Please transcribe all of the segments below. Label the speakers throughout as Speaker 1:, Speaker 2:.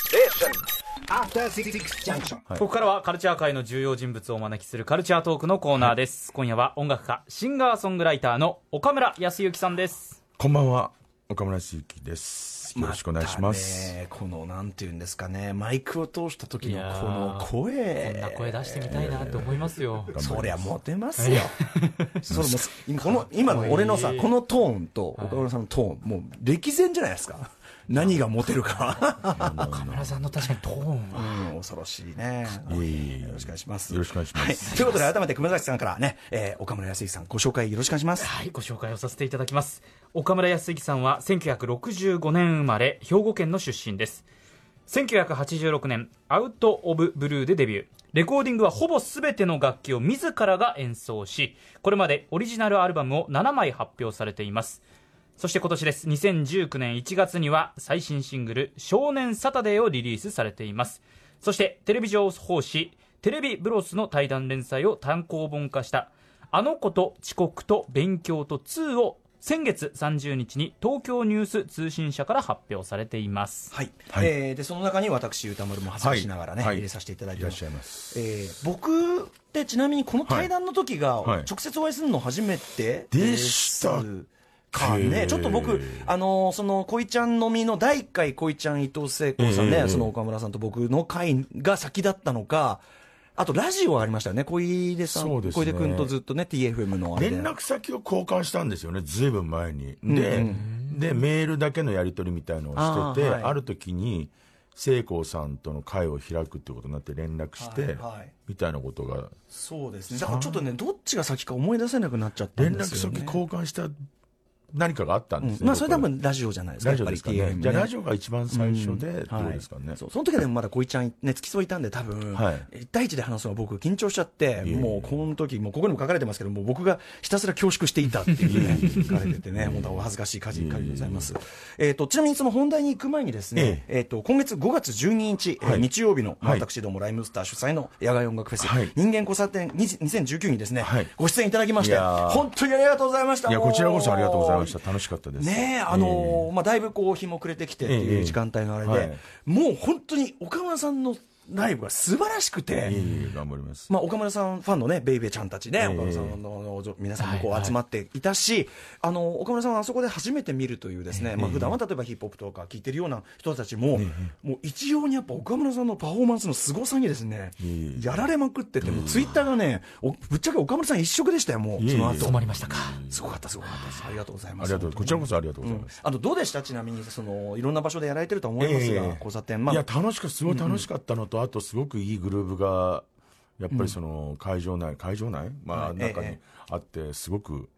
Speaker 1: Station. After Six Junction.
Speaker 2: ここからはカルチャー界の重要人物をお招きするカルチャートークのコーナーです、今夜は音楽家シンガーソングライターの岡村康之さんです
Speaker 3: こんばんは、岡村茂樹です。よろしくお願いします。
Speaker 4: たねこのなんていうんですかねマイクを通した時
Speaker 2: いや
Speaker 4: のこ
Speaker 2: ー
Speaker 4: の声
Speaker 2: こんな声出してみたいなって思いますよ、
Speaker 4: そりゃモテますよ。それも今この今の俺のさこのトーンと岡村さんのトーンもう歴然じゃないですか。何がモテるか。
Speaker 2: 岡村さんの確かにトーンは
Speaker 4: うん恐ろしいね。
Speaker 3: いえいえいえ
Speaker 4: よろしくお願いします。
Speaker 3: よろしくお願いします
Speaker 4: はということで改めて熊崎さんからね、えー岡村康之さんご紹介よろしくお願いします。
Speaker 2: はいご紹介をさせていただきます岡村康之さんは1965年生まれ兵庫県の出身です1986年「アウト・オブ・ブルー」でデビューレコーディングはほぼ全ての楽器を自らが演奏しこれまでオリジナルアルバムを7枚発表されていますそして今年です2019年1月には最新シングル「少年サタデー」をリリースされていますそしてテレビ情報誌「テレビブロス」の対談連載を単行本化した「あの子と遅刻と勉強と2」を先月30日に東京ニュース通信社から発表されています
Speaker 4: はい、
Speaker 3: はい
Speaker 4: えーでその中に私歌丸も発表しながらね、
Speaker 3: はいはい
Speaker 4: 入れさせていただいて
Speaker 3: いらっしゃいます
Speaker 4: えー僕ってちなみにこの対談の時が、
Speaker 3: はいはい
Speaker 4: 直接お会いするの初めて
Speaker 3: でしたっけ
Speaker 4: かねちょっと僕あのーその恋ちゃんのみの第1回恋ちゃん伊藤聖子さんね、
Speaker 3: ええ
Speaker 4: その岡村さんと僕の会が先だったのかあとラジオありましたよね小出さん、
Speaker 3: そうです
Speaker 4: 小
Speaker 3: ね
Speaker 4: 出君とずっとね TFM のあれで
Speaker 3: 連絡先を交換したんですよね、ずいぶん前に。で、で、メールだけのやり取りみたいのをしてて、
Speaker 4: あー
Speaker 3: あ,、
Speaker 4: はい
Speaker 3: る時に、聖光さんとの会を開くってことになって連絡して、
Speaker 4: はいはい
Speaker 3: みたいなことが、
Speaker 4: そうですねだからちょっとねどっちが先か思い出せなくなっちゃったん
Speaker 3: 連
Speaker 4: で
Speaker 3: 絡
Speaker 4: すよ、
Speaker 3: 先
Speaker 4: ね、
Speaker 3: 交換した何かがあったんですね。
Speaker 4: まあそれ多
Speaker 3: 僕は
Speaker 4: 分ラジオじゃないですか
Speaker 3: ラジオですか
Speaker 4: やっぱり TFM
Speaker 3: ね。じゃあ
Speaker 4: ね
Speaker 3: ラジオが一番最初で、どうですかね。
Speaker 4: はいそうその時はでもまだ恋ちゃん、ね、付き添いたんで、多分、
Speaker 3: はい
Speaker 4: 一対一で話すのは僕、緊張しちゃって、
Speaker 3: いえいえ
Speaker 4: もうこの時もうここにも書かれてますけど、もう僕がひたすら恐縮していたっていうね、 書かれててね、本当はお恥ずかしい限り限りでございます。えっ、と、ちなみにその本題に行く前にですね、えっ、と、今月5月12日、えー
Speaker 3: はい
Speaker 4: 日曜日の、
Speaker 3: はい
Speaker 4: 私どもライムスター主催の野外音楽フェス、
Speaker 3: はい
Speaker 4: 人間交差点20 2019にですね、
Speaker 3: はい
Speaker 4: ご出演いただきまし
Speaker 3: い
Speaker 4: て、
Speaker 3: やー
Speaker 4: 本当にありがとうございました。
Speaker 3: いや、こちらこそありがとうございま
Speaker 4: も
Speaker 3: し
Speaker 4: う
Speaker 3: た。楽しかったです。
Speaker 4: ねえ、あのーまあ、だいぶこう日も暮れてきてって
Speaker 3: え
Speaker 4: い
Speaker 3: え
Speaker 4: う時間帯のあれで、
Speaker 3: はい
Speaker 4: もう本当に岡村さんのライブが素晴らしくて。
Speaker 3: ええいえいえ頑張ります。
Speaker 4: まあ、岡村さんファンのね、ベイベーちゃんたちね、
Speaker 3: ええ
Speaker 4: 岡村さんのあの皆さんもこ
Speaker 2: はいう
Speaker 4: 集まっていたし、あの、岡村さんはあそこで初めて見るというですね、まあ、普段は例えばヒップホップとか聞いてるような人たちも、もう一様にやっぱ岡村さんのパフォーマンスの凄さにですね、
Speaker 3: ええ
Speaker 4: やられまくってて、もうツイッターがね、おぶっちゃけ岡村さん一色でしたよ、もう、その
Speaker 3: ええ
Speaker 4: 後。
Speaker 2: 止まりましたか
Speaker 4: すごかった、すごかったです。ありがとうござい
Speaker 3: あ
Speaker 4: ま
Speaker 3: り
Speaker 4: す。
Speaker 3: がとうございます。こちらこそありがとうございます。
Speaker 4: あとどうでしたちなみにそのいろんな場所でやられてるとは思いますが、
Speaker 3: ええ
Speaker 4: 交差点ま
Speaker 3: いや
Speaker 4: あ
Speaker 3: 楽しかすごい楽しかったのと、あとすごくいいグルーブがやっぱりその会場内、会場内ま
Speaker 4: は
Speaker 3: あ
Speaker 4: い
Speaker 3: 中
Speaker 4: え
Speaker 3: に
Speaker 4: え
Speaker 3: あってすごく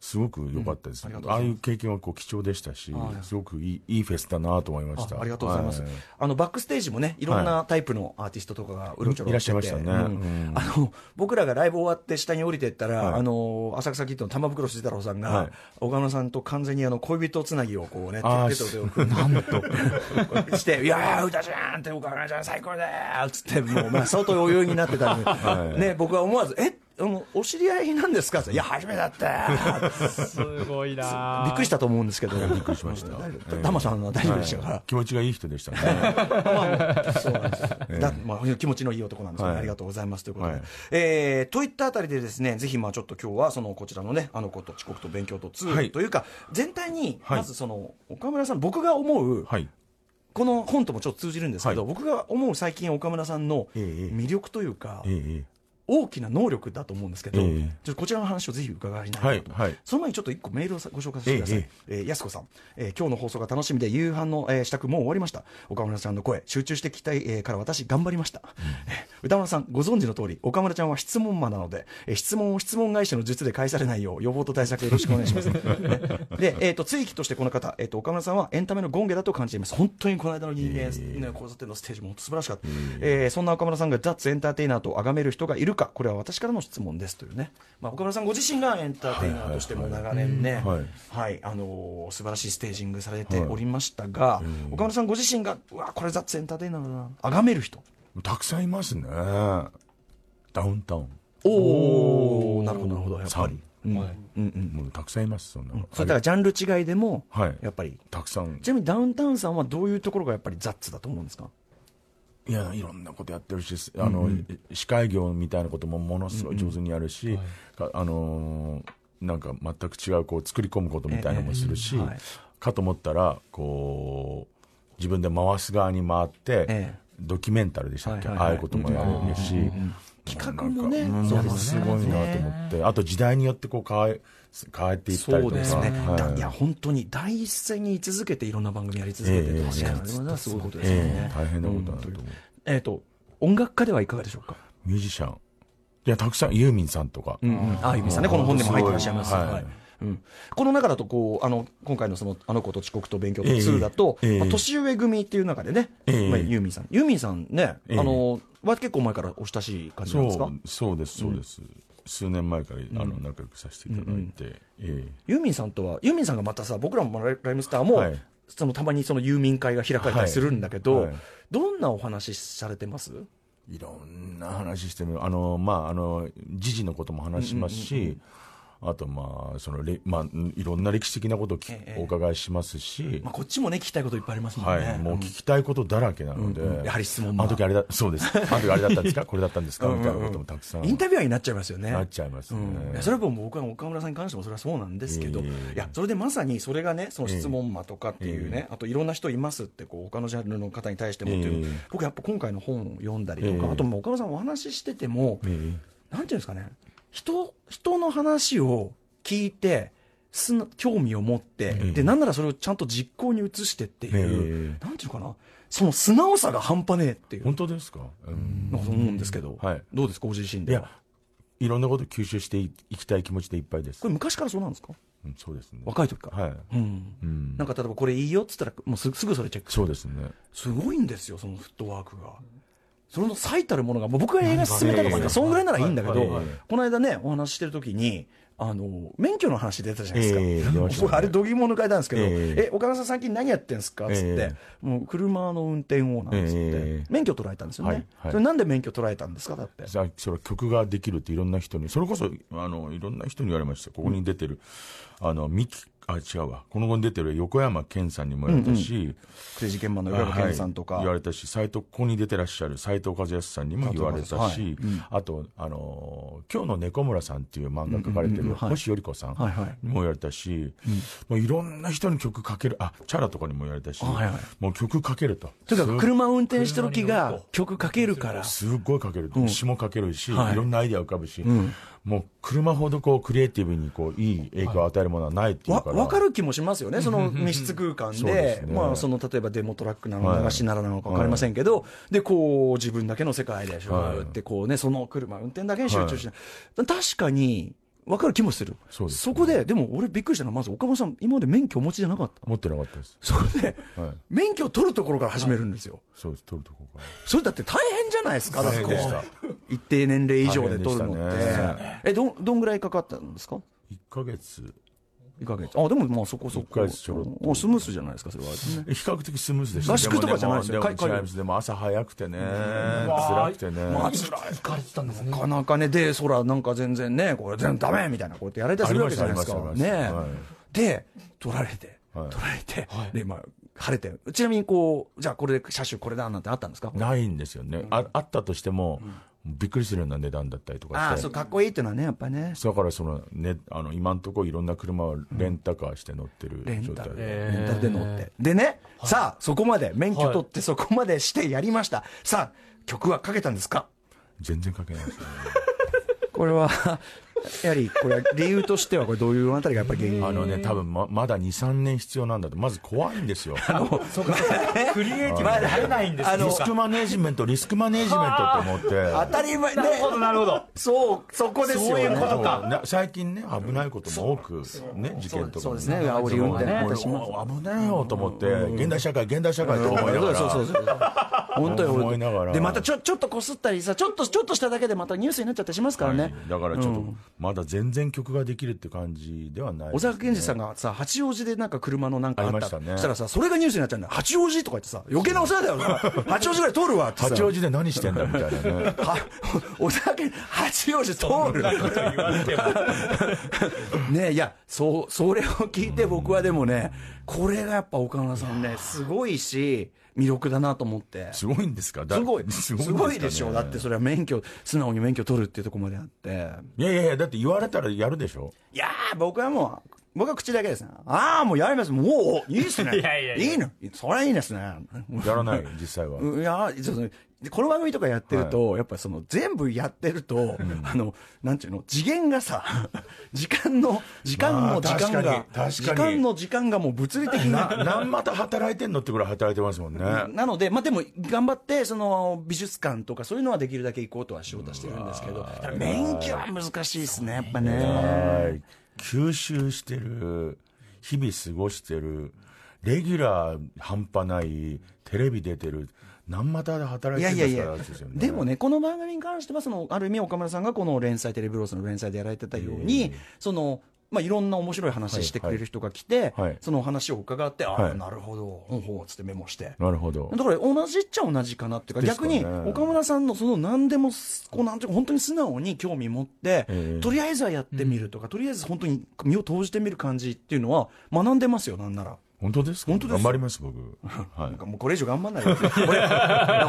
Speaker 3: すごく良かったです、
Speaker 4: うんありがとうご
Speaker 3: あ
Speaker 4: ざ
Speaker 3: あ
Speaker 4: います
Speaker 3: いう経験はこう貴重でしたし、
Speaker 4: はい
Speaker 3: すごくいいいいフェスだなと思いました
Speaker 4: あありがとうございます、
Speaker 3: は
Speaker 4: あのバックステージもねいろんなタイプのアーティストとかがうろちょろ
Speaker 3: いらっ
Speaker 4: し
Speaker 3: してゃい
Speaker 4: て
Speaker 3: ましたね
Speaker 4: うん
Speaker 3: うん
Speaker 4: あの僕らがライブ終わって下に降りてったら、
Speaker 3: はい
Speaker 4: あの浅草キッドの玉袋筋太郎さんが、
Speaker 3: はい
Speaker 4: 岡村さんと完全にあの恋人つなぎをこうね
Speaker 3: あー
Speaker 4: 手と手を組んで して「いやー歌ちゃん!」って「岡村ちゃん最高だー!」っつってもう、まあ、相当余裕になってたのに、
Speaker 3: はい
Speaker 4: ね、僕は思わず「えあのお知り合いなんですか?」って言ったらいや初めだってー」
Speaker 2: すごいな
Speaker 4: びっくりしたと思うんですけど、びっくり
Speaker 3: しました
Speaker 4: ダマさんは大丈夫でした
Speaker 3: は
Speaker 4: か
Speaker 3: い気持ちがいい人でしたね
Speaker 4: ら、そうなんですだまあ、気持ちのいい男なんですね、
Speaker 3: はい
Speaker 4: ありがとうございますということで、
Speaker 3: はい
Speaker 4: えーといったあたりで、ですねぜひまあちょっと今日はそのこちらのね、あの子と遅刻と勉強と
Speaker 3: は
Speaker 4: 2
Speaker 3: い
Speaker 4: というか、全体に
Speaker 3: はい
Speaker 4: まずその、岡村さん、僕が思う、
Speaker 3: はい
Speaker 4: この本ともちょっと通じるんですけど、
Speaker 3: は
Speaker 4: 僕が思う最近、岡村さんの
Speaker 3: ええええ
Speaker 4: 魅力というか、
Speaker 3: ええ
Speaker 4: 大きな能力だと思うんですけど、
Speaker 3: ええ
Speaker 4: ちょっとこちらの話をぜひ伺いながら
Speaker 3: はいはい
Speaker 4: その前にちょっと一個メールをさご紹介させてください。
Speaker 3: え
Speaker 4: えーやすこさん、えー今日の放送が楽しみで夕飯の、えー支度もう終わりました。岡村さんの声、集中して聞きたい、えーから私頑張りました。えー歌丸さん、ご存知の通り、岡村ちゃんは質問魔なので、えー質問を質問返しの術で返されないよう予防と対策よろしくお願いします。ね で、えっ、と、追記としてこの方、えっ、と、岡村さんはエンタメの権下だと感じています。本当にこの間の人間、ね交差点のステージも本当素晴らしかった。えーそんな岡村さんがザッツエンターテイナーと崇める人がいるか、これは私からの質問ですというね。まあ、岡村さんご自身がエンターテイナーとしても長年ね、
Speaker 3: はいはいはい
Speaker 4: はい、あのー素晴らしいステージングされておりましたが、岡村さんご自身が、うわ、これザッツエンターテイナーだな、崇める人。
Speaker 3: たくさんいますねダウンタウン
Speaker 4: おおなるほど、なるほど、やっ
Speaker 3: さ
Speaker 4: ぱり
Speaker 3: ん。もうたくさんいますそんなの
Speaker 4: それだからジャンル違いでも、
Speaker 3: はい
Speaker 4: やっぱり。
Speaker 3: たくさん
Speaker 4: ちなみにダウンタウンさんはどういうところがやっぱりザッツだと思うんですか
Speaker 3: いやいろんなことやってるしあの、司会業みたいなこともものすごい上手にやるし、かあのーなんか全く違うこう作り込むことみたいなのもするし、
Speaker 4: ええはい
Speaker 3: かと思ったらこう自分で回す側に回って、
Speaker 4: ええ
Speaker 3: ドキュメンタルでしたっけ、
Speaker 4: はいはいはい
Speaker 3: ああいうこともやるし、
Speaker 4: 企画もね
Speaker 3: なんかうん
Speaker 4: そう
Speaker 3: なん
Speaker 4: で
Speaker 3: か
Speaker 4: す
Speaker 3: す
Speaker 4: ね
Speaker 3: ごいなと思って、あと時代によってこう変え変えていったり
Speaker 4: そ
Speaker 3: と
Speaker 4: う
Speaker 3: か。
Speaker 4: ですね、
Speaker 3: はい
Speaker 4: だいや本当に第一線に居続けていろんな番組やり続けてる
Speaker 3: ええ
Speaker 4: 確かに
Speaker 3: ええ
Speaker 4: それはすごいことですよ
Speaker 3: え
Speaker 4: ね
Speaker 3: え、大変なことなんだと思う、
Speaker 4: えっ、と音楽家ではいかがでしょうか、
Speaker 3: ミュージシャンいやたくさんユーミンさんとか、
Speaker 4: ああゆみさんねこの本でも入ってらっしゃいます、
Speaker 3: はい
Speaker 4: はいうん、この中だとこうあの今回のその「あの子と遅刻と勉強と2」だと、
Speaker 3: ええええ
Speaker 4: まあ年上組っていう中でね、
Speaker 3: ええ
Speaker 4: まあ、ユーミンさんユーミンさんね、
Speaker 3: ええ
Speaker 4: あのは結構前からお親しい感じなんです
Speaker 3: そ
Speaker 4: か
Speaker 3: うそうですそうです、数年前からあの仲良くさせていただいて、え
Speaker 4: ユーミンさんとはユーミンさんがまたさ僕らもライライムスターも、
Speaker 3: はい
Speaker 4: そのたまにそのユーミン会が開かれたりするんだけど、
Speaker 3: はいはい
Speaker 4: どんなお話しされてます
Speaker 3: えいろんな話してるあのまああの時事のことも話しますし、あとまあそのれまあいろんな歴史的なことを聞
Speaker 4: ええ
Speaker 3: お伺いしますし、
Speaker 4: まあ、こっちもね、聞きたいこといっぱいありますもん
Speaker 3: は
Speaker 4: ね。
Speaker 3: い、もう聞きたいことだらけなので、
Speaker 4: うんうんやはり質問も
Speaker 3: あの時あれだそう ですあの時あれだったんですかこれだったんですかみたいなこともたくさん
Speaker 4: インタビュアーになっちゃいますよね。
Speaker 3: なっちゃいますね
Speaker 4: うんいやそれはもう僕は岡村さんに関してもそれはそうなんですけど、
Speaker 3: ええ
Speaker 4: いやそれでまさにそれがねその質問魔とかっていうね、あといろんな人いますってこう他のジャンルの方に対してもっていう、
Speaker 3: ええ
Speaker 4: 僕やっぱ今回の本を読んだりとか、
Speaker 3: ええ
Speaker 4: あともう岡村さんお話ししてても、
Speaker 3: ええ
Speaker 4: なんていうんですかね人人の話を聞いてすな興味を持って、
Speaker 3: ええ
Speaker 4: でなんならそれをちゃんと実行に移してっていう、
Speaker 3: え
Speaker 4: なんていうのかなその素直さが半端ねえっていう
Speaker 3: 本当ですか、うん
Speaker 4: なんかそう思うんですけど、
Speaker 3: はい
Speaker 4: どうですかご自身
Speaker 3: い
Speaker 4: では
Speaker 3: やいろんなこと吸収していいきたい気持ちでいっぱいです
Speaker 4: これ昔からそうなんですか
Speaker 3: うん、そうですね
Speaker 4: 若い時から、
Speaker 3: はい、
Speaker 4: うん
Speaker 3: うん
Speaker 4: なんか例えばこれいいよっつったらもうすすぐそれチェック
Speaker 3: そうですね
Speaker 4: すごいんですよそのフットワークがそれの最たるものがもう僕が映画進めたとか
Speaker 3: はい
Speaker 4: ねそんぐらいならいいんだけ
Speaker 3: はい
Speaker 4: ど
Speaker 3: はい
Speaker 4: この間ねお話ししてる時にあの免許の話出たじゃないですか、
Speaker 3: ええ出ましたね
Speaker 4: 僕あれ度肝抜かれたんですけど「
Speaker 3: え
Speaker 4: え
Speaker 3: え
Speaker 4: 岡村さん最近何やってんすか?」っつって、
Speaker 3: え
Speaker 4: もう車の運転オーナーっつって、
Speaker 3: ええ
Speaker 4: 免許取られたんですよね、
Speaker 3: はいはい
Speaker 4: それなんで免許取られたんですかだって
Speaker 3: さそれは曲ができるっていろんな人にそれこそあのいろんな人に言われましたここに出てる、あのミキあ違うわこの後に出てる横山健さんにも言われたし、
Speaker 4: クレイジーケンマンの岩
Speaker 3: は
Speaker 4: 倉
Speaker 3: い
Speaker 4: 健さんとか、
Speaker 3: 言われたし斉藤ここに出てらっしゃる斉藤和義さんにも言われたし、
Speaker 4: 斉藤和義
Speaker 3: あと、あのー今日の猫村さん」っていう漫画書かれて
Speaker 4: うんうんうんうん
Speaker 3: る
Speaker 4: はい
Speaker 3: 星より子さん
Speaker 4: はいはい
Speaker 3: にも言われたし、もういろんな人に曲書けるあチャラとかにも言われたし、
Speaker 4: はいはい
Speaker 3: もう曲書けると。
Speaker 4: とにかく
Speaker 3: す
Speaker 4: 車を運転してる時が曲かけるから
Speaker 3: すっごい書ける、詩も書けるし、
Speaker 4: はい
Speaker 3: い、ろんなアイデア浮かぶし、
Speaker 4: ん
Speaker 3: もう車ほどこうクリエイティブにこういい影響を与えるものはないっていう
Speaker 4: わ
Speaker 3: から、
Speaker 4: 分かる気もしますよね、その密室空間
Speaker 3: そうで
Speaker 4: で、
Speaker 3: すね
Speaker 4: まあ、その例えばデモトラックなの
Speaker 3: は
Speaker 4: か、
Speaker 3: い
Speaker 4: 流しならなのか分かりませんけど、でこう自分だけの世界でしょ、
Speaker 3: はい
Speaker 4: ってこうね、その車、運転だけに集中しない、確かに分かる気もする、
Speaker 3: そうですね
Speaker 4: こで、でも俺、びっくりしたのは、まず岡本さん、今まで免許お持ちじゃなかった、
Speaker 3: 持ってなかったです、
Speaker 4: それで、
Speaker 3: はい、
Speaker 4: 免許を取るところから始めるんですよ、
Speaker 3: そうです撮るとこから。
Speaker 4: それだって大変じゃないですか、だって
Speaker 3: 大変でした
Speaker 4: 一定年齢以上で取るの
Speaker 3: 大
Speaker 4: っ
Speaker 3: 変
Speaker 4: て
Speaker 3: でした、
Speaker 4: えどどんぐらいかかったんですか
Speaker 3: 1ヶ月
Speaker 4: 1ヶ月あでもまあそこそ
Speaker 3: 一ヶ
Speaker 4: こ
Speaker 3: 月ちょろっと
Speaker 4: もうスムースじゃないですかそれはね
Speaker 3: 比較的スムーズでした
Speaker 4: 合宿とかじゃないですよ
Speaker 3: で
Speaker 4: か
Speaker 3: も
Speaker 4: か
Speaker 3: 違いますでも朝早くてね
Speaker 2: わ
Speaker 3: 辛
Speaker 2: ー
Speaker 3: くてね
Speaker 2: まあ辛い疲れてたんですね
Speaker 4: なかなかねでそらなんか全然ねこれ全然ダメみたいなこうやってやれたりするわけじゃないですか
Speaker 3: ありましたありま
Speaker 4: ね
Speaker 3: したありました
Speaker 4: で取られて
Speaker 3: は
Speaker 4: 取
Speaker 3: い
Speaker 4: られて、でまあ晴れてちなみにこうじゃあこれで車種これだなんてあったんですか
Speaker 3: ないんですよねああったとしてもびっくりするような値段だったりと
Speaker 4: あ
Speaker 3: か
Speaker 4: あ
Speaker 3: し
Speaker 4: そ
Speaker 3: て
Speaker 4: うかっこいいっていうのはねやっぱね
Speaker 3: だからそのねあの今のところいろんな車をレンタカーして乗ってる
Speaker 4: レン
Speaker 3: 状
Speaker 4: タ
Speaker 3: 態
Speaker 4: ル、
Speaker 3: で
Speaker 2: えー
Speaker 4: レンタルで乗って。でね、さあ、そこまで、免許取ってそこまでしてやりました。さあ、曲はかけたんですか
Speaker 3: 全然かけないですね
Speaker 4: これは、 やはり、これは理由としては、これどういうあたりがやっぱり原因
Speaker 3: あのね多分ままだ23年必要なんだとまず怖いんですよ
Speaker 2: クリエイティブになれないんで す
Speaker 4: あの
Speaker 3: リスクマネジメントリスクマネジメントと思って
Speaker 4: 当たり前ね
Speaker 2: な。るほどなるほど
Speaker 4: そう、そこですよ、ね。
Speaker 2: そういうことか
Speaker 3: な最近ね危ないことも多くね事件とか
Speaker 4: そう
Speaker 3: も
Speaker 4: ですね、煽り運転だったりします。
Speaker 3: もう危ないよと思って、現代社会、現代社会と思いながら、
Speaker 4: そうそうそうそう本当に
Speaker 3: 思いながら
Speaker 4: でまたちょちょっとこすったりさちょっとちょっとしただけでまたニュースになっちゃったりしますからね、
Speaker 3: だからちょっと、まだ全然曲ができるって感じではない、
Speaker 4: 小沢健二さんがさ八王子でなんか車のなんかあった
Speaker 3: ありましたね
Speaker 4: そしたらさそれがニュースになっちゃうんだよ八王子とか言ってさ余計なお世話だよ八王子ぐらい通るわってさ
Speaker 3: 八王子で何してんだみたいな ね、
Speaker 4: は小沢健二八王子通る
Speaker 2: そんなこと言われても
Speaker 4: ねいやそうそれを聞いて僕はでもねこれがやっぱ岡村さんねすごいし魅力だなと思って。
Speaker 3: すごいんですかだ
Speaker 4: すごい、す
Speaker 3: す
Speaker 4: ご
Speaker 3: ご
Speaker 4: いで,、
Speaker 3: いんかね
Speaker 4: しょ、だってそれは免許、素直に免許取るっていうところまであって、
Speaker 3: いやいやいや、だって言われたらやるでしょ
Speaker 4: いやー、僕はもう、僕は口だけですね、ああ、もうやります、もう、いいっすね、
Speaker 2: いやいやいや
Speaker 4: いの、それはいいですね、
Speaker 3: やらない、実際は。
Speaker 4: うんいやーそうそうでこの番組とかやってると、やっぱその全部やってると、あのなんていうの次元がさ 時間の時間
Speaker 3: ま
Speaker 4: の
Speaker 3: あ
Speaker 4: 時間が、
Speaker 3: 確かに
Speaker 4: 時
Speaker 3: 確かに
Speaker 4: 間の時間がもう物理的
Speaker 3: な
Speaker 4: な。
Speaker 3: 何また働いてんのってぐらい働いてますもんね。
Speaker 4: なので、まあ、でも頑張ってその美術館とかそういうのはできるだけ行こうとはしようとはしてるんですけどただ免許は難しいですねやっぱね。
Speaker 3: はい吸収してる、日々過ごしてる、レギュラー半端ない、テレビ出てる、何またで働
Speaker 4: い
Speaker 3: い
Speaker 4: や
Speaker 3: て
Speaker 4: い
Speaker 3: る
Speaker 4: や
Speaker 3: ん
Speaker 4: い
Speaker 3: だから
Speaker 4: や
Speaker 3: ですよ、ね。
Speaker 4: でもね、この番組に関しては、そのある意味、岡村さんがこの連載、テレビロースの連載でやられてたように、そのまあ、いろんな面白い話してくれる人が来て、
Speaker 3: はいはい
Speaker 4: その話を伺って、あ
Speaker 3: は
Speaker 4: あ、
Speaker 3: い
Speaker 4: なるほど、ほうほうつってメモして。
Speaker 3: なるほど。
Speaker 4: だから同じっちゃ同じかなっていうか、
Speaker 3: です
Speaker 4: 逆
Speaker 3: かね
Speaker 4: に岡村さんのその何でもす、こうなんていうか、本当に素直に興味持って、
Speaker 3: ええ
Speaker 4: とりあえずはやってみるとか、とりあえず本当に身を投じてみる感じっていうのは、学んでますよ、なんなら。
Speaker 3: 本当ですか
Speaker 4: 本当です
Speaker 3: 頑張ります、僕。は
Speaker 4: なん
Speaker 3: い。
Speaker 4: かもうこれ以上頑張んないですよ俺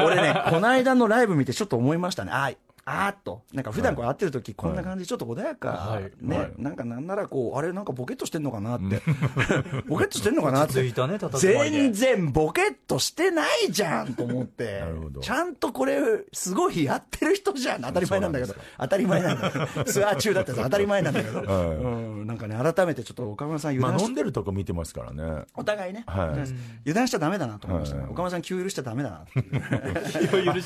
Speaker 4: 俺ね、この間のライブ見てちょっと思いましたね。あーあーっと。なんか普段こう会ってる時こんな感じでちょっと穏やか。
Speaker 2: はい
Speaker 4: ね、
Speaker 3: はい
Speaker 4: なんかなんならこう、あれなんかボケっとしてんのかなって。 ボケっとしてんのかなっ
Speaker 2: つ
Speaker 4: て
Speaker 2: い。たね、たたずまいで
Speaker 4: 全然ボケっとしてないじゃんと思って
Speaker 3: なるほど
Speaker 4: ちゃんとこれすごいやってる人じゃん当たり前なんだけど
Speaker 3: そう
Speaker 4: 当たり前なんだけどツアー中だったら当たり前なんだけど、
Speaker 3: はい
Speaker 4: うんなんかね改めてちょっと岡村さん油
Speaker 3: ま
Speaker 4: 断
Speaker 3: あ
Speaker 4: し
Speaker 3: 飲んでるとこ見てますからね。
Speaker 4: お互いね、
Speaker 3: はい
Speaker 4: 油断しちゃだめだなと思いましたね、
Speaker 3: はい
Speaker 4: 岡村さん、急許しちゃだめだなっていう
Speaker 2: 許しち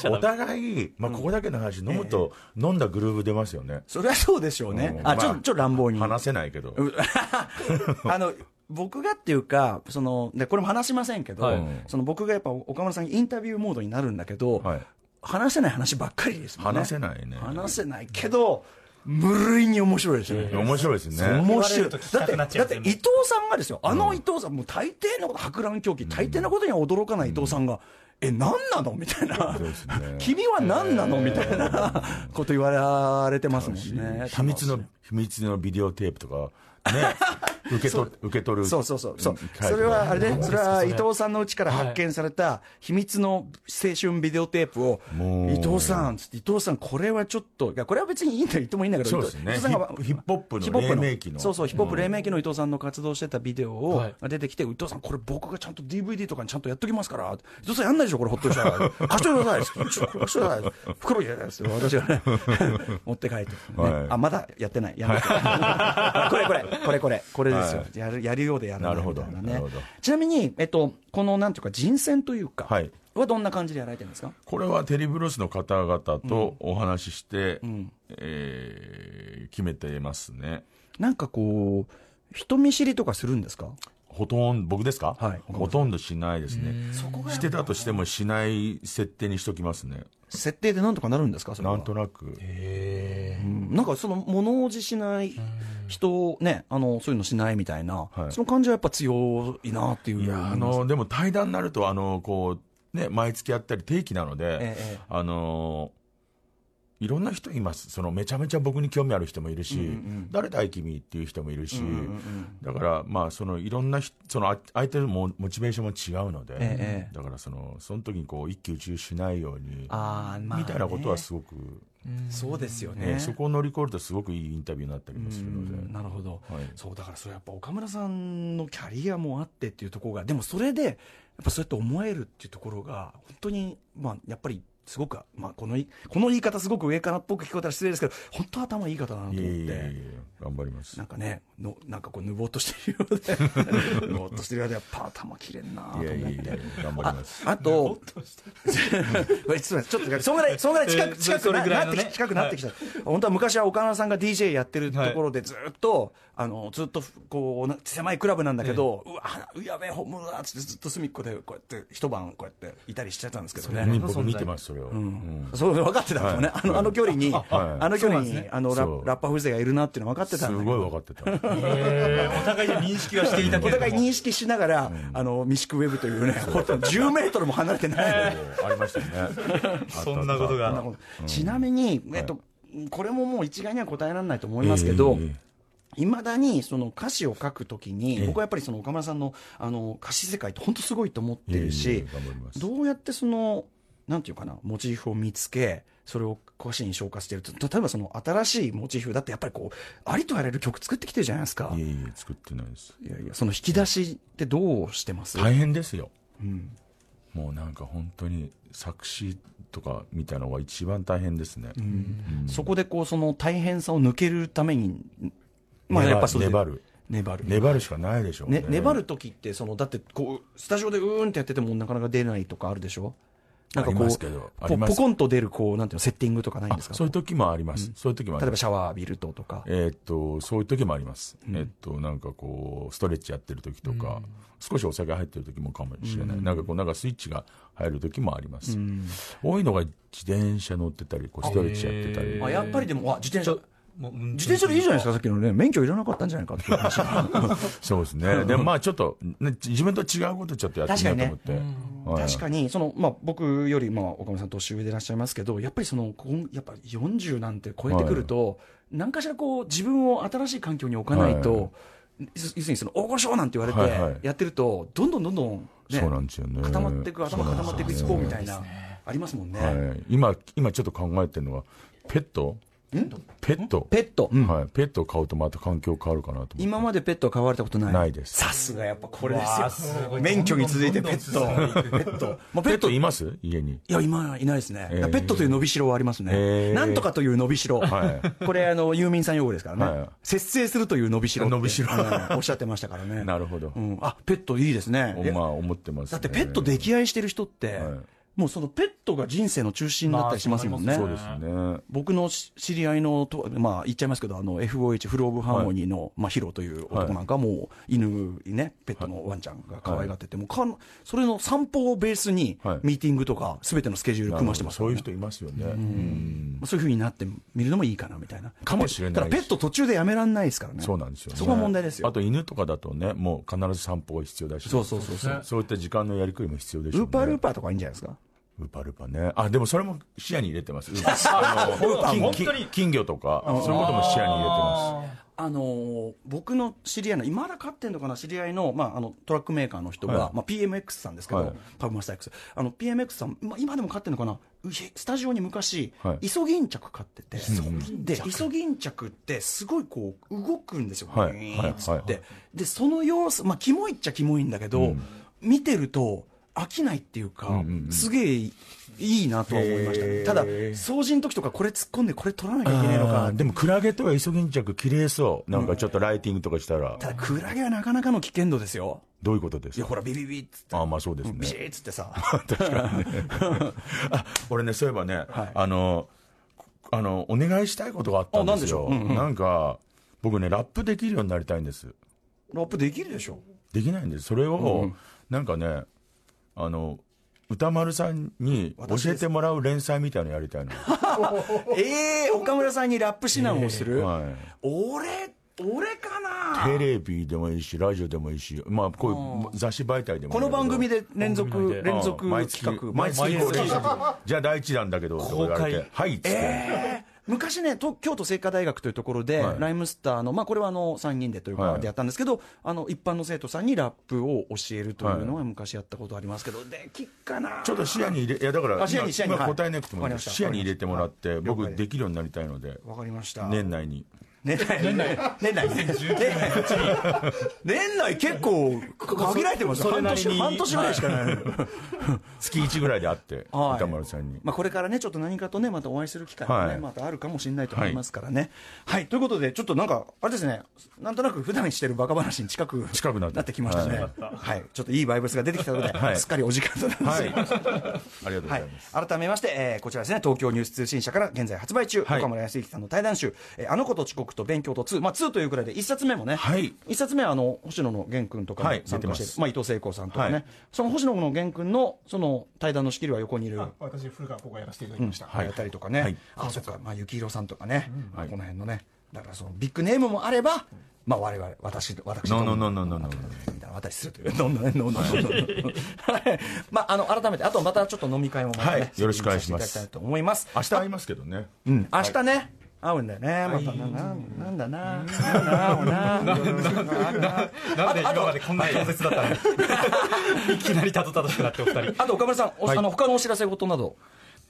Speaker 2: ゃダ
Speaker 3: お
Speaker 2: メ
Speaker 3: 互い、まあここだけの話、飲むと、飲んだグルーブ出ますよね。
Speaker 4: それはそうでしょうね、
Speaker 3: うん
Speaker 4: あちょ
Speaker 3: まあ
Speaker 4: ちょっと乱暴に、
Speaker 3: 話せないけど。
Speaker 4: あの僕がっていうかそので、これも話しませんけど、
Speaker 2: はい
Speaker 4: その僕がやっぱ岡村さんにインタビューモードになるんだけど、
Speaker 3: はい
Speaker 4: 話せない話ばっかりですもんね、
Speaker 3: 話せないね
Speaker 4: 話せないけど、無類に面白いですよね。
Speaker 3: 面白いですね。
Speaker 4: 面
Speaker 2: 言われ
Speaker 4: 白い
Speaker 2: る
Speaker 4: だ
Speaker 2: と
Speaker 4: っ
Speaker 2: 聞きた
Speaker 4: て
Speaker 2: く
Speaker 4: だ
Speaker 2: な
Speaker 4: っ
Speaker 2: ってち
Speaker 4: 伊
Speaker 2: ゃう
Speaker 4: 藤さんがですよ、あの伊藤さん、もう大抵のこと、博覧狂気、大抵のことには驚かない伊藤さんが、え、何なのみたいな
Speaker 3: そうですね、
Speaker 4: 君は何なのみたいなこと言われてますもんね、
Speaker 3: 秘密の、秘密のビデオテープとか、 ね、受け取る、受け取る。
Speaker 4: そうそうそうそう、
Speaker 3: ん
Speaker 4: それはあれね、それは
Speaker 2: そ
Speaker 4: 伊
Speaker 2: れ
Speaker 4: 藤さんのうちから発見された秘密の青春ビデオテープを、
Speaker 3: もう
Speaker 4: 伊藤さん、つって伊藤さん、これはちょっと、いや、これは別にいいんだよ、言ってもいいんだけど、
Speaker 3: そうですね
Speaker 4: 伊藤さんが
Speaker 3: ヒップヒップホップの
Speaker 4: ヒップホップ
Speaker 3: 黎明期の
Speaker 4: そうそう、ヒップホップ黎明期の伊藤さんの活動してたビデオを、
Speaker 2: はい
Speaker 4: 出てきて、伊藤さん、これ僕がちゃんと DVD とかにちゃんとやっときますから、伊藤さんやんないでしょ、これほっといたら。貸してください。ちょっと貸してください。袋入れないですよ、私がね。持って帰って、ね
Speaker 3: はい
Speaker 4: あ、まだやってない。やめてこれこれ、これこれ、これですよ。
Speaker 3: は
Speaker 4: やるやるようでやらないみたいな
Speaker 3: な
Speaker 4: ね
Speaker 3: るほどなるほど。
Speaker 4: ちなみに、えっと、このなんていうか、人選というか、
Speaker 3: はい
Speaker 4: はどんな感じでやられてるんですか
Speaker 3: これはテレビロスの方々とお話しして、えー決めてますね。
Speaker 4: なんかこう、人見知りとかするんですか
Speaker 3: ほとんど、僕ですか
Speaker 4: はい
Speaker 3: ほとんどしないですね。してたとしてもしない設定にしときますね。
Speaker 4: 設定でなんとかなるんですかそれは
Speaker 3: なんとなく。
Speaker 4: うんなんかその物おじしない人をね、あの、そういうのしないみたいな、
Speaker 3: はい
Speaker 4: その感じはやっぱ強いなっていう。
Speaker 3: いや、あの、でも対談になると、あの、こう、ね、毎月やったり定期なので、
Speaker 4: ええ
Speaker 3: あのいろんな人います。その、めちゃめちゃ僕に興味ある人もいるし、誰だい君っていう人もいるし、だから、まあ、その、いろんな人、その、あ相手のモモチベーションも違うので、
Speaker 4: ええ
Speaker 3: だから、その、その時にこう、一喜一憂しないように、
Speaker 4: あーまあね
Speaker 3: みたいなことはすごく、
Speaker 4: そうですよ
Speaker 3: ねそこを乗り越えるとすごくいいインタビューになったりもするので。
Speaker 4: なるほど、
Speaker 3: はい
Speaker 4: そうだからそれやっぱ岡村さんのキャリアもあってっていうところがでもそれでやっぱそうやって思えるっていうところが本当にまあやっぱりすごく、まあ、このいこの言い方すごく上からっぽく聞こえたら失礼ですけど本当頭いい方だなと思っ
Speaker 3: い
Speaker 4: て。
Speaker 3: えいえいえ、頑張ります
Speaker 4: なん。かねの、なんかこう、ぬぼっとしてるようで、 ぬぼっとしてるようで、やっぱ頭切れんなと思っ
Speaker 3: い
Speaker 4: て。
Speaker 3: やいやいや、頑張ります。
Speaker 4: あと、 これすみません、ちょっと、そんぐらい、そんぐらい近
Speaker 2: え
Speaker 4: く、
Speaker 2: ー
Speaker 4: 近く
Speaker 2: そ
Speaker 4: な
Speaker 2: れぐらい
Speaker 4: な
Speaker 2: の
Speaker 4: っ
Speaker 2: ね
Speaker 4: てき、近くなってきた。本当は昔は岡村さんが DJ やってるところで、ずっと、あの、ずっと、こうな、狭いクラブなんだけど、うわ、やべえ、本物だっつって、ずっと隅っこで、こうやって、一晩、こうやって、いたりしてたんですけどね。
Speaker 3: 僕見てます、それを。うん
Speaker 4: そう、分かってたもんね。あの、あの距離に、あの距離
Speaker 2: そうなんです
Speaker 4: に
Speaker 2: ね、
Speaker 4: あの、ラ
Speaker 3: そう
Speaker 4: ラッパー風情がいるなっていうの分かってた
Speaker 3: す
Speaker 4: んだけど
Speaker 3: ごい分かってた。
Speaker 2: えーお互いに認識はしていたけ
Speaker 4: お
Speaker 2: れども
Speaker 4: 互い認識しながら、あの、ミシクウェブというね、本 当に10メートルも離れてないの
Speaker 3: ありましたね。
Speaker 2: そんなことが
Speaker 3: あったあっ
Speaker 4: に。ちなみに、えっと、これももう一概には答えられないと思いますけど
Speaker 3: ええ、
Speaker 4: いまだにその歌詞を書くときに、
Speaker 3: ええ
Speaker 4: 僕はやっぱりその岡村さんのあの歌詞世界って本当すごいと思ってる
Speaker 3: いえいえ
Speaker 4: し、
Speaker 3: 頑張ります
Speaker 4: どうやってその、なんていうかな、モチーフを見つけ、それを歌詞に昇華してると、例えばその新しいモチーフだって、やっぱりこう、ありとあらゆる曲作ってきてるじゃないですか。
Speaker 3: い
Speaker 4: い
Speaker 3: えいえ作ってないです
Speaker 4: やいや、その引き出しってどうしてます、
Speaker 3: 大変ですよ
Speaker 4: うん
Speaker 3: もうなんか本当に作詞とかみたいなのが一番大変ですね、うん
Speaker 4: そこでこう、その大変さを抜けるために、まあ
Speaker 3: 粘
Speaker 4: やっぱそれで
Speaker 3: 粘る
Speaker 4: 粘る。
Speaker 3: 粘るしかないでしょう
Speaker 4: ね、粘る時ってそのだってこうスタジオでうーんってやっててもなかなか出ないとかあるでしょなんかこ
Speaker 3: あり
Speaker 4: う
Speaker 3: ますけどあ
Speaker 4: ポ
Speaker 3: りま
Speaker 4: ポ
Speaker 3: す
Speaker 4: コンと出るこうなんていうのセッティングとかないん
Speaker 3: あ
Speaker 4: ですか
Speaker 3: そういう時もあります、そういう時もあ
Speaker 4: 例え
Speaker 3: りま
Speaker 4: ば
Speaker 3: す
Speaker 4: シャワー浴びるととか、
Speaker 3: えーっとそういう時もあります、えーっとなんかこうストレッチやってる時とか、少しお酒入ってる時もかもしれない、なんかこうなんかスイッチが入る時もあります、多いのが自転車乗ってたりこうストレッチやってたり、
Speaker 2: あ
Speaker 4: あやっぱりでもあ自転車
Speaker 2: もう
Speaker 4: 自転車でいいじゃないですかさっきのね免許いらなかったんじゃないかっていう話
Speaker 3: そうで すねでもまあちょっと、ね、自分と違うことちょっとやってみようと思って、はい
Speaker 4: 確かにその、まあ、僕より、まあ、岡村さん年上でいらっしゃいますけどやっぱりそのこんやっぱ40なんて超えてくると、何かしらこう自分を新しい環境に置かないと、
Speaker 3: はい
Speaker 4: 要するにその大御所なんて言わ
Speaker 3: はいは
Speaker 4: れ
Speaker 3: い
Speaker 4: てやってると、どんどんどんどん、ね、
Speaker 3: そうなんですよね
Speaker 4: 固まっていく頭固まっていく一
Speaker 3: そう
Speaker 4: 方
Speaker 3: なん
Speaker 4: み
Speaker 3: ですよね
Speaker 4: たいなありますもんね、
Speaker 3: はい、今今ちょっと考えてるのはペットペット
Speaker 4: ペット、うん
Speaker 3: はい、ペットを飼うとまた環境変わるかなと思って
Speaker 4: 今までペットは飼われたことない
Speaker 3: ないです
Speaker 4: さすがやっぱこれ
Speaker 2: わあ
Speaker 4: ですす
Speaker 2: ご
Speaker 4: よ
Speaker 2: い
Speaker 4: 免許に続いてペ
Speaker 2: どんどんどん
Speaker 4: ッ
Speaker 2: ど
Speaker 4: ト
Speaker 2: ん
Speaker 4: ペットまあペ
Speaker 3: ペ
Speaker 4: ッ
Speaker 3: ット
Speaker 4: ト
Speaker 3: います家に
Speaker 4: いや、今いないですね、
Speaker 3: えー
Speaker 4: ペットという伸びしろはありますね、
Speaker 3: えー
Speaker 4: なんとかという伸びしろ、
Speaker 3: はい
Speaker 4: これあの、郵便さん用語ですからね、
Speaker 3: はい
Speaker 4: 節制するという伸びしろって、
Speaker 3: 伸びしろ
Speaker 4: うんおっしゃってましたからね、
Speaker 3: なるほど
Speaker 4: うん、あペットいいですね、いや
Speaker 3: まあ思ってます、
Speaker 4: だ
Speaker 3: ね、
Speaker 4: ってペット溺愛してる人って、
Speaker 3: はい
Speaker 4: もうそのペットが人生の中心だったりしますもんね。
Speaker 2: まあ
Speaker 3: そうですね
Speaker 4: 僕のし知り合いのと、まあ、言っちゃいますけど、あの FOH、フル・オブ・ハーモニーの、まあ、ヒロという男なんかはもう、犬にね、ペットのワンちゃんが可愛がってて、もうかんそれの散歩をベースに
Speaker 3: はい、
Speaker 4: ミーティングとか、すべてのスケジュール組ましてますか
Speaker 3: そ
Speaker 4: ら
Speaker 3: う
Speaker 4: ね
Speaker 3: いう人いますよねうん
Speaker 4: まあそういうふうになってみるのもいいかなみたいな。
Speaker 3: かもしれない
Speaker 4: ただペット途中でやめらんないですからね。
Speaker 3: そうなんですよね
Speaker 4: そこが問題ですよ。
Speaker 3: あと犬とかだとねもう必ず散歩が必要だし
Speaker 4: そうそうそうそう。
Speaker 3: そういった時間のやりくりも必要でしょう、
Speaker 4: ウ
Speaker 3: ね、
Speaker 4: ーパールーパーとかいいんじゃないですか
Speaker 3: ウーパールーパーね。あ、でもそれも視野に入れて ます。ウーパーあの
Speaker 2: 本当に
Speaker 3: 金金魚とか、そういうことも視野に入れてます。
Speaker 4: あのー僕の知り合いの、今だ飼ってんのかな、知り合いの,、まあ、あのトラックメーカーの人が、
Speaker 3: はい
Speaker 4: まあ、PMX さんですけど、
Speaker 3: はい
Speaker 4: パブマスター X、あの PMX さん、まあ、今でも飼ってんのかな、うひスタジオに昔、
Speaker 3: はい
Speaker 4: イソギンチャク飼ってて、
Speaker 3: ん
Speaker 4: でイソギンチャクって、すごいこう動くんですよ、
Speaker 3: はい
Speaker 4: グイーンっつって、
Speaker 3: はいはい
Speaker 4: でその様子、まあ、キモいっちゃキモいんだけど、見てると、飽きないっていうか、
Speaker 3: んうんうん
Speaker 4: すげえいいなとは思いましたね、
Speaker 3: へー
Speaker 4: ただ、掃除の時とか、これ突っ込んで、これ取らなきゃいけないの
Speaker 3: あ
Speaker 4: か
Speaker 3: ーでもクラゲとかイソギンチャク綺麗そう。なんかちょっとライティングとかしたら、
Speaker 4: ただクラゲはなかなかの危険度ですよ
Speaker 3: どういうことで
Speaker 4: い
Speaker 3: す
Speaker 4: や
Speaker 3: か
Speaker 4: ほらビビビっつって
Speaker 3: あーまあそうです
Speaker 4: ビシ
Speaker 3: ね。
Speaker 4: ーっつってさ
Speaker 3: あ、俺ね、そういえばね、
Speaker 4: はい
Speaker 3: あの、こあの、お願いしたいことがあったんですよ。
Speaker 4: あなんでしょううんうん
Speaker 3: なんか、僕ね、ラップできるようになりたいんです。
Speaker 4: ラップできるでし ょ
Speaker 3: できないんです。それを、
Speaker 4: うん
Speaker 3: なんかね、あの、歌丸さんに教えてもらう連載みたいなのやり たいの。
Speaker 4: ええ岡村さんにラップ指南をする、
Speaker 3: はい
Speaker 4: 俺俺か
Speaker 3: テ
Speaker 4: な
Speaker 3: レビでもいいし、ラジオでもいいし、まあ、こういう雑誌媒体でも
Speaker 4: こ
Speaker 3: いいんだけど
Speaker 4: の番組で連
Speaker 2: 番組
Speaker 4: 続
Speaker 2: で
Speaker 4: 連続
Speaker 3: うん毎
Speaker 4: 企
Speaker 3: 月
Speaker 4: 画
Speaker 3: 毎月
Speaker 4: 連続
Speaker 3: これじゃあ第一弾だけど、とか言われ
Speaker 2: 公
Speaker 3: て
Speaker 2: 開
Speaker 3: はいっつって、
Speaker 4: ええ昔ね、と京都精華大学というところで、
Speaker 3: はい
Speaker 4: ライムスターの、まあ、これはあの3人でという
Speaker 3: は
Speaker 4: か、
Speaker 3: い
Speaker 4: でやったんですけど、あの一般の生徒さんにラップを教えるというの
Speaker 3: は
Speaker 4: は昔やったことありますけど、できっかな、
Speaker 3: ちょっと視野に入れ、いやだから、
Speaker 4: あ視野に
Speaker 3: 今
Speaker 4: 視野に
Speaker 3: 今
Speaker 4: はい
Speaker 3: 答えなくてもい
Speaker 4: わか
Speaker 3: いです
Speaker 4: りました
Speaker 3: 視野に入れてもらって、
Speaker 4: 了
Speaker 3: 僕、
Speaker 4: 解です
Speaker 3: できるようになりたいので、
Speaker 4: わかりました。
Speaker 3: 年 内に。
Speaker 4: 年内年内年内年内結構限られてますよ
Speaker 2: それ
Speaker 4: 半
Speaker 2: なり
Speaker 4: 年
Speaker 2: に
Speaker 4: 半年ぐらいしかないのよ
Speaker 3: 月1ぐらいで会って、
Speaker 4: はい
Speaker 3: 歌丸さんに。
Speaker 4: まあこれからねちょっと何かとねまたお会いする機会がね、
Speaker 3: はい
Speaker 4: またあるかもしれないと思いますからねはい、ということでちょっとなんかあれですねなんとなく普段してるバカ話に近く
Speaker 3: 近くなって
Speaker 4: きましたねはい、ちょっといいバイブスが出てきたので、
Speaker 3: はい
Speaker 4: すっかりお時間となりま
Speaker 3: は
Speaker 4: す、
Speaker 3: い。ありがとうございます。
Speaker 4: はい、改めまして、えーこちらですね東京ニュース通信社から現在発売中、
Speaker 3: はい
Speaker 4: 岡村康之さんの対談集「えーあの子と遅刻と勉強と2」まあ、2というくらいで1冊目もね、
Speaker 3: はい
Speaker 4: 1冊目はあの星野の源君とかも
Speaker 3: はい
Speaker 4: 参加して,、
Speaker 3: 出てます
Speaker 4: まあ、伊藤聖光さんとかね、
Speaker 3: はい
Speaker 4: その星野の源君のその対談の仕切りは横にいる。
Speaker 1: 私、古川ここやらせていただきました。
Speaker 3: はい
Speaker 4: やったりとかね、
Speaker 3: はい
Speaker 4: あそっか、まあ、幸宏さんとかね、
Speaker 3: はい
Speaker 4: この辺のねだからそのビッグネームもあれば、まあ、我々私私と
Speaker 3: ノーノーノーノーノーノー
Speaker 4: みたいな渡しするという、 どんどんねどんどんどんどん はいまあ、あの改めて、あとまたちょっと飲み会もまたね、
Speaker 3: はいよろしくお願いします
Speaker 4: 設定させていただきたいと思います。
Speaker 3: 明日会いますけどね。
Speaker 4: うん明日ね、合うんだよね。またな、ななんだな。なんだななんだな。
Speaker 2: なんで今までこんな饒舌だったのに いきなりたどたどしくなってお二人
Speaker 4: あと岡村さん、おあの他のお知らせ事など。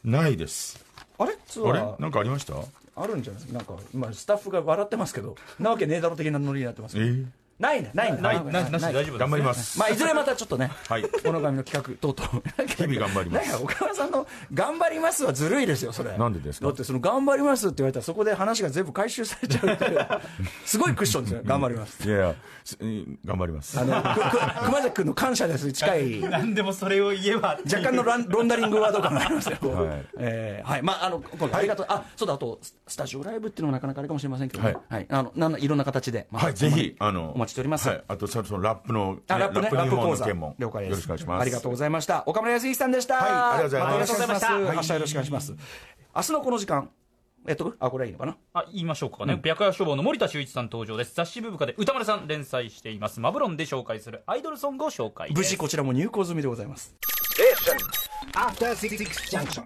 Speaker 3: ないです
Speaker 4: あれツ
Speaker 3: あれ
Speaker 4: アー
Speaker 3: なんかありました
Speaker 4: あるんじゃないなんか今スタッフが笑ってます けど、なわけねえだろ的なノリになってますけど。
Speaker 3: え
Speaker 4: ないね、ないね。
Speaker 2: ないなしなし大丈夫ですね
Speaker 3: 頑張ります
Speaker 4: まあいずれまたちょっとね、
Speaker 3: はい
Speaker 4: この紙の企画等々。
Speaker 3: 日々頑張ります
Speaker 4: なんか岡村さんの頑張りますはずるいですよ、それ。
Speaker 3: なんでですか
Speaker 4: だってその頑張りますって言われたらそこで話が全部回収されちゃうっていうすごいクッションですよ。頑張ります。
Speaker 3: いやいやすうん頑張ります
Speaker 4: あの、くく熊崎君の感謝ですに近い。
Speaker 2: 何でもそれを言えば
Speaker 4: 若干のランロンダリングワード感がありますよ。は
Speaker 3: はいい。
Speaker 4: えーはい。まあ、あの、今度ありがとう。あ、そうだ、あと、ススタジオライブっていうのはなかなかあれかもしれませんけど、ね
Speaker 3: はい
Speaker 4: はい。あの、なんいろんな形で。また
Speaker 3: はいぜひあ
Speaker 4: お
Speaker 3: の
Speaker 4: 待ちしております。
Speaker 3: はいあとそのそのラップのね
Speaker 4: あ、ラップね、ラップ
Speaker 3: 日本
Speaker 4: 講
Speaker 3: の
Speaker 4: 座。
Speaker 3: 件も
Speaker 4: 了解です。
Speaker 3: よろしくお願いします
Speaker 4: ありがとうございました。岡村康之さんでした。
Speaker 3: はいありがとうございました
Speaker 4: たよろ
Speaker 2: はい
Speaker 4: くお願いします明日よろしくお願いします。明日のこの時間、えっと、あ、これはいいのかな
Speaker 2: あ言いましょうかね、白夜消防の森田修一さん登場です雑誌ブブカで歌丸さん連載していますマブロンで紹介するアイドルソングを紹介です
Speaker 4: 無事こちらも入稿済みでございます。
Speaker 5: After Six Junction.